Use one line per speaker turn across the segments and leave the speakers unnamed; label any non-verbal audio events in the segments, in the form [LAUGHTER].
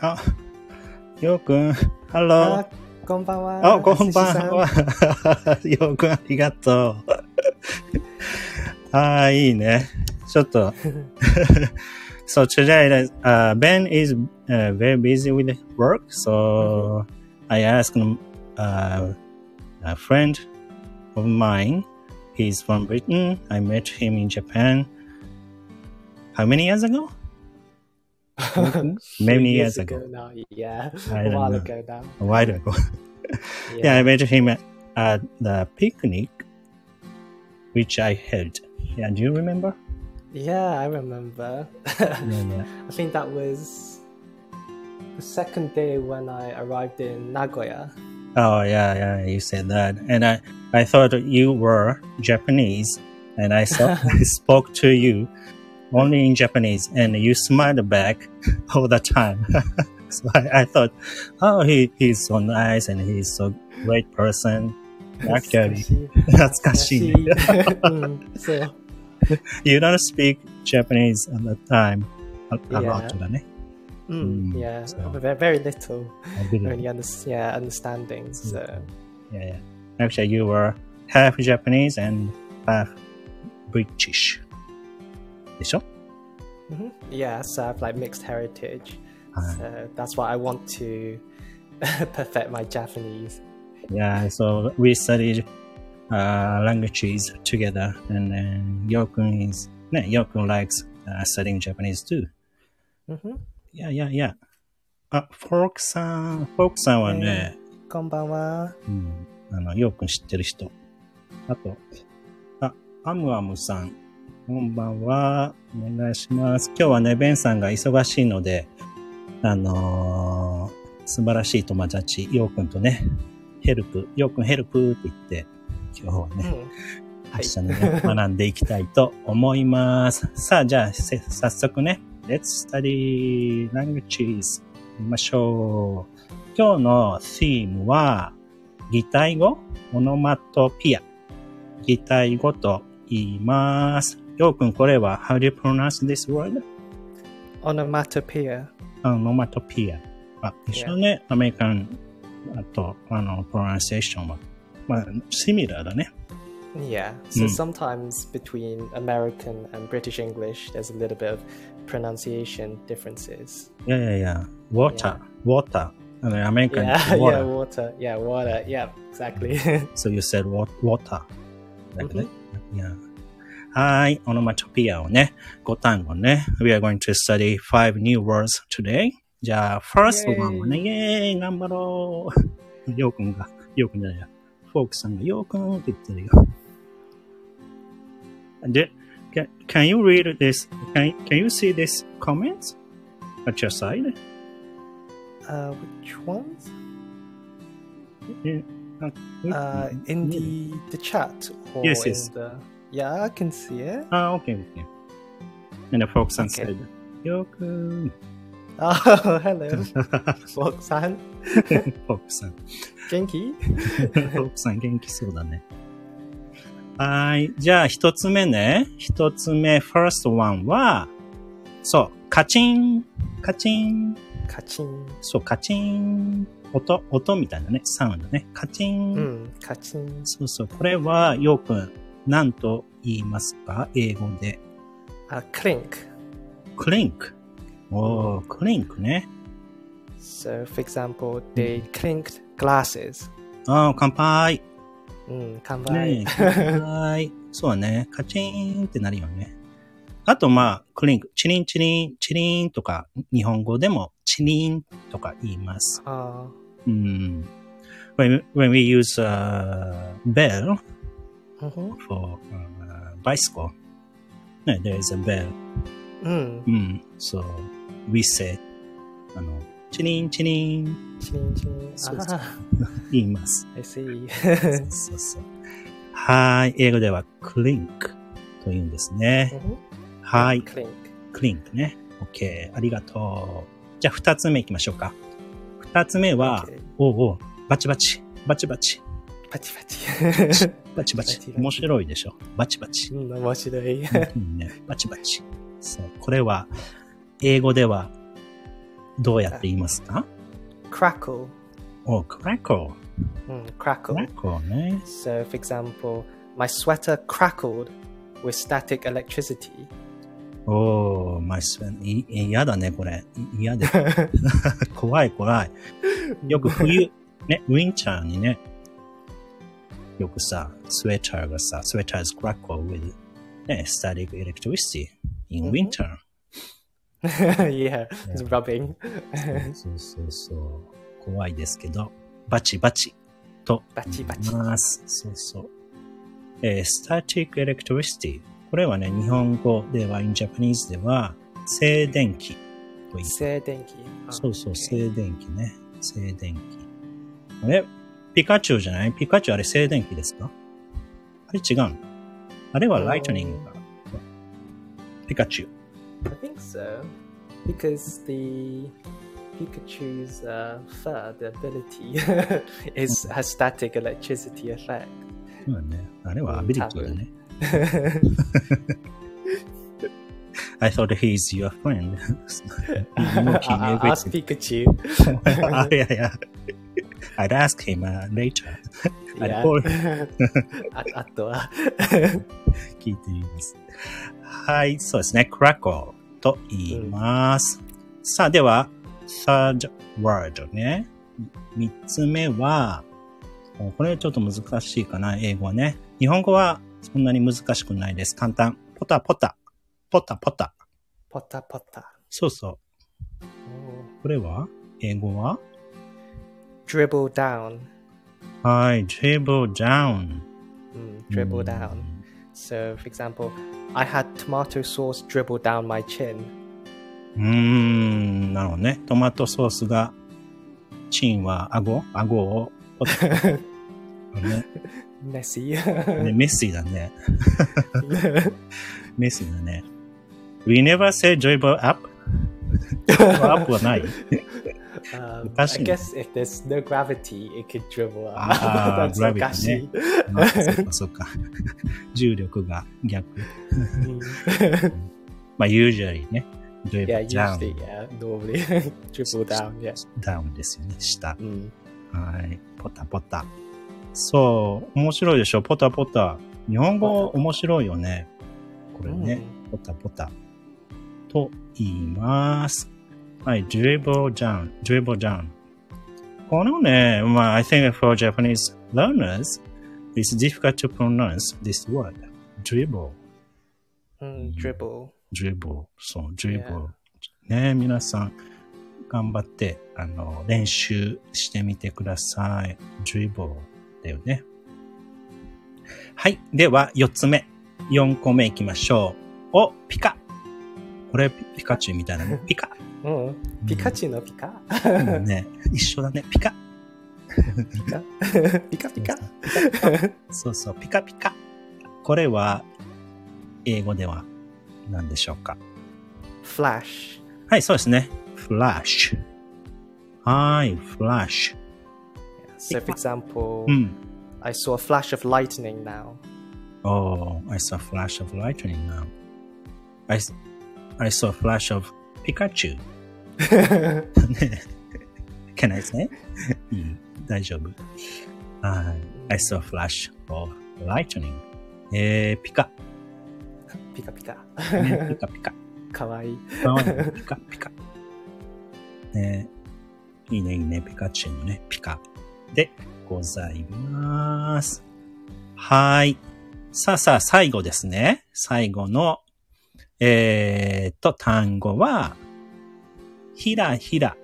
あ、ようくん、ハロ
あ、こんばん
ー。
は。
あ、こんばん [LAUGHS]
寿司
は。ようくん、ありがとう。あー、いいね。ちょっ [LAUGHS] と。so today, uh, Ben is uh, very busy with work, so I asked uh, a friend of mine. He's from Britain. I met him in Japan. How many years ago? [LAUGHS]
さん
Many years ago.
now. Yeah,
I
[LAUGHS] a
don't
while
know.
ago now.
A while ago. Yeah, I met him at, at the picnic, which I held. Yeah, do you remember?
Yeah, I remember. [LAUGHS] I think that was the second day when I arrived in Nagoya.
Oh, yeah, yeah, you said that. And I, I thought you were Japanese, and I, [LAUGHS] saw, I spoke to you only in Japanese, and you smiled back [LAUGHS] all the time. [LAUGHS] so I, I thought, oh, he, he's so nice, and he's so great [LAUGHS] person.
[LAUGHS]
[LAUGHS] Actually, 懐かしいね。
うんそう
[LAUGHS] you don't speak Japanese at the time. A, a lot, eh,
Yeah.
だね。
う
うんん
mm, Yeah,
そう
very very little.
I didn't.
Only under yeah
Mm.
understanding. So
Yeah, yeah. Actually, you were half Japanese and half British. でしょ
Mhm. yeah, so I have like mixed heritage. So that's why I want to [LAUGHS] perfect my Japanese.
Yeah, so we studied uh, languages together, and then Yokun is. Yeah, Yokun likes uh, studying Japanese too.
Mhm.
Yeah, yeah, yeah. Uh, あ、フォークさん、フォークさんはね、
こんばんは。
うん、あの、ヨーくん知ってる人。あと、あ、アムアムさん。こんばんは。お願いします。今日はね、ベンさんが忙しいので、あのー素晴らしい友達、ヨーくんとね、ヘルプ、ヨーくんヘルプって言って、今日は
う
ね、
んはい
一緒にね、学んでいきたいと思います。 [LAUGHS] さあ、じゃあ、せ早速ね、Let's study languages 見ましょう。今日の theme は、擬態語、オノマトピア。擬態語と言います。ようくん、これは、how do you pronounce this word?
Onomatopoeia.
オノマトピア。あ、一緒ね、アメリカンと、あの、プロナンセーションは。まあ、シミラーだね。
Yeah. So
Mm.
sometimes between American and British English, there's a little bit of pronunciation differences.
いやいやいや、water, water. あの、アメリカン
Yeah, [LAUGHS]
と
yeah,
water.
water. Yeah, water. Yeah, exactly. [LAUGHS]
So you said wa- water. だけどね
Mhm.
Yeah. はい。オノマトピアをね、5単語ね。We eh? are going to study five new words today. じゃあ、first one eh? はね、イェーイ頑張ろ [LAUGHS] うようくんが、ようくんじゃないや。フォークさんがようくんって言ってるよ。で、can, eh, can you read this? Can, can you see this comment at your side?
uh, which ones?
Yeah.
Uh,
Mm-hmm.
in the the chat or
Hmm. Yes,
in
yes.
the yeah, I can see it. [LAUGHS]
あ、OK, OK. And the folk s o n
Okay.
said, よくん。
Oh,
[LAUGHS]
hello, Fox-san.
フォークさん。
Genki.
フォークさん元気そうだね。はい。じゃあ、一つ目ね。一つ目、first one は、そう、カチン、カチン。
Kachin.
そう、カチン。音、音みたいなね、サウンドね。カチン。
Mm, kachin.
そうそう。これは、よくん、なんと言いますか英語で。
Uh, clink.
クリンク。おー、クリンクね。
So, for example, they clinked glasses.
あー、乾杯。
Mm,
ね
kanpai.
え、はい。そうだね。カチーンってなるよね。あと、まあ、クリンク、チリンチリン、チリンとか、日本語でも、チリンとか言います。
Ah,
うん。When, when we use a bell
mhm.
for a bicycle, ね、there is a bell.
Mm,
うん。So, we say, あの、チリンチリン
chin, chin.
So-
Ah,
言い [LAUGHS] ます。
I [LAUGHS] see.
そうそう。はい。英語では、クリンクと言うんですね。
Mhm.
はい。
Clink.
クリンクね。OK。ありがとう。じゃあ、二つ目行きましょうか。二つ目は、
Okay.
おうおう、バチバチ、バチバチ、
Pachi, pachi.
バチバチ
バチバ。チ
面白いでしょ。バチバチ。
[LAUGHS] Mm, 面白い。
うんね、バチバチ。そう、これは、英語では、どうやって言いますか
crackle.
お、クラコー。
Mm,
ク
crackle.
ラコーね。
So, for example, my sweater crackled with static electricity. [LAUGHS]
おー、マイスフェン。いい嫌だね、これ。い嫌で。怖い怖い。よく冬、ね、ウィンチャーにね、よくさ、スウェーターがさ、スウェーター is crackle with, ね、static electricity in
Mhm.
winter.
yeah, it's rubbing.
そうそうそう。怖いですけど、バチバチと
Bachi
言
bachi.
います。そうそう。えー、static electricity。これはね、日本語では、in Japanese では、静電気と言います
Se denki.
そうそう、静電気ね。静電気。あれピカチュウじゃないピカチュウあれ静電気ですかあれ違うのあれはライトニングか。ピカチュウ。
I think so. Because the Pikachu's uh, fur, the ability, [LAUGHS] is has static electricity effect.
そうだね。あれはアビリティだね。I thought he's your friend.
[LAUGHS] I- I- Ask
Smoking
Pikachu.
[LAUGHS] everything. あいやいや。I'd ask him、uh, later. I'd call
Yeah. [LAUGHS] At- at the-
聞いてみます。はい、そうですね。crackle と言います。さあ、では、third word ね。三つ目は、これちょっと難しいかな、英語はね。日本語はそんなに難しくないです。簡単。ポタポタ。ポタポタ。
Potta potta.
そうそう。
Oh.
これは英語は
Dribble down.
はい、dribble down。
Mm,
Hmm.
dribble down. So, for example, I had tomato sauce dribble down my chin.
うーん、なるほどね。トマトソースが、チンは顎顎を、ポタ
[LAUGHS]
ね [LAUGHS]
Messy. [LAUGHS] Um,
ね、メッシーだね。メッシーだね。We never say dribble
[LAUGHS]
up? アップはない
Um, I
Gashi.
guess if there's no gravity, it could dribble up.
Ah,
[LAUGHS] That's not
gravity,
gashi.
あそっかそっか。重力が逆。 [LAUGHS]
Mm.
まあ、usually ね。dribble
yeah, usually,
down.
yeah, normally [LAUGHS] dribble down, yeah.
down ですよね。下。
Mm.
はい。ポタポタ。そう。面白いでしょ。ポタポタ。日本語面白いよね。これ
Hmm.
ね。ポタポタ。と言います。はい、dribble down, dribble down. このね、まあ、I think for Japanese learners, it's difficult to pronounce this word. dribble,
Mm, dribble.
dribble, そう、dribble. ね、皆さん、頑張って、あの、練習してみてください。dribble だよね。はい。では、4つ目。4個目いきましょう。お、ピカ。これ、ピピカチュウみたいなね。ピカ。Hmm.
Mm. Pikachu no pika. [LAUGHS]
もうね、一緒だね。ピカ。
Pika. pika pika.
[LAUGHS] そうそう、ピカピカ。これは、英語では何でしょうか。
Flash.
はい、そうですね。フラッシュ。はい、フラッシュ。
So, for example,
うん。
I saw a flash of lightning now.
Oh, I saw a flash of lightning now. I, s- I saw a flash of Pikachu. [LAUGHS] ね Can I say? うん大丈夫。はい。I saw a flash of lightning. えー、ピカ。
Pika pika. [LAUGHS]
ね、ピカピカ。
Kawaii.
かわいい。ピカピカ。ねいいね、いいね。ピカチュウのね、ピカでございます。はい。さあさあ、最後ですね。最後の、えーっと、単語は、ひらひら。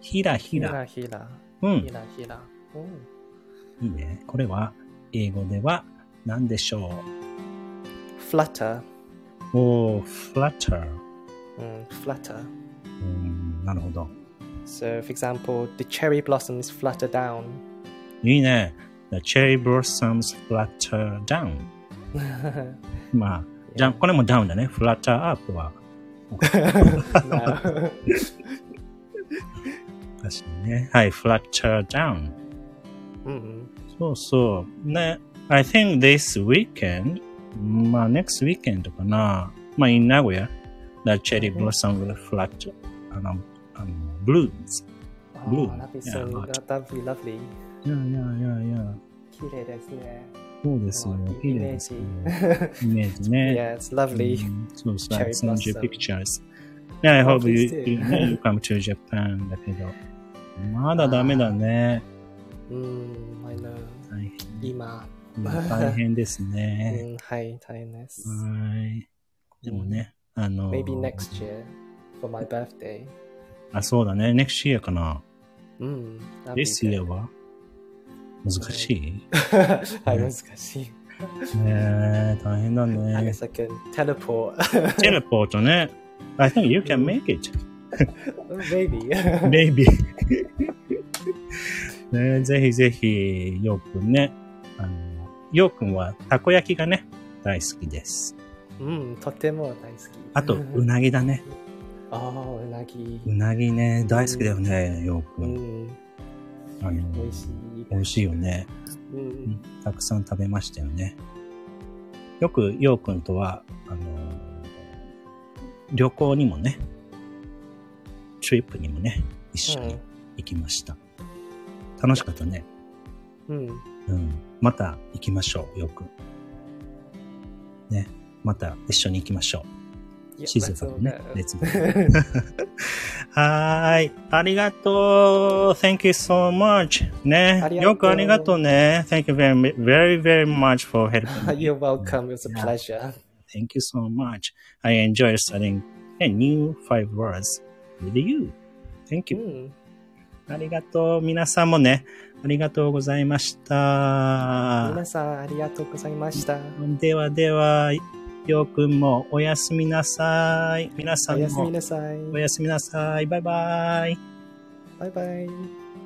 ひらひら。
Hila hila.
うん。
Hila hila. Mm.
いいね。これは、英語では何でしょ
Flutter.
うおー、flutter。
Mm, flutter.
うん、なるほど。
So, for example, the cherry blossoms flutter down.
いいね。The cherry blossoms flutter down.
no.
まあ、じ
[LAUGHS]
ゃん、これもダウンだね。フラッターアップは、 [LAUGHS] 確かにね。はい、フラッターダウン。
Mm.
そうそう。ね。I think this weekend, まあ、next weekend かな。まあ、in Nagoya, the cherry blossom will flutter, あの、あの、balloons.
Oh,
Blue.
that'd be
Yeah,
so.
but-
that, that'd be lovely.
Yeah, yeah, yeah, yeah.
綺麗ですね。
そうですよ
Oh,
綺
the
麗です
image. [LAUGHS]
よイメージね。
yeah, it's lovely.
うんそうそう、
Cherry
I send you
blossom.
pictures. Yeah, I hope you,
please do.
you, you come to Japan だけど。まだダメだね。
Mm, I know.
大変
今、
うん大変ですね。
うん、はい、大変です。
はい。でもね、あの、
Maybe next year for my birthday.
あ、そうだね。next year かな。
Mm, that'd be
this year は難しい
good. [LAUGHS] はい、難しい。
ねえ、大変だ
I
ね。
guess I can teleport. [LAUGHS]
テレポートね。I think you can make it.
Maybe.
Maybe. [LAUGHS] ね、ぜひぜひ、ようくんね。あの、ようくんはたこ焼きがね、大好きです。
うん、とても大好き。
あと、うなぎだね。
ああ、うなぎ。
うなぎね、大好きだよね、よう
う
くん。
ん、
あの、
美味しい。
美味しいよね。
う
うん
ん。
たくさん食べましたよね。よく、ようくんとは、あの、旅行にもね、トリップにもね、一緒に行きました。楽しかったね。
うん。うん。
うん。また行きましょう、よく。ね。また一緒に行きましょう。静岡のね、
Let's
別に。 [LAUGHS] はーい。ありがとう。Thank you so much.
あり
ね。
がとう
よくありがとうね。Thank you very, very, very much for
[LAUGHS]
helping. me.
You're welcome. It was a
Yeah.
pleasure.
Thank you so much. I enjoy studying a new five words with you. Thank
う
you.
ん。
ありがとう。皆さんもね、ありがとうございました。
皆さん、ありがとうございました。
ではでは、ようくんもおやすみなさい。皆さ
お
ん
やすみ
も
なさい。
おやすみなさい。バイバイ。
バイバイ。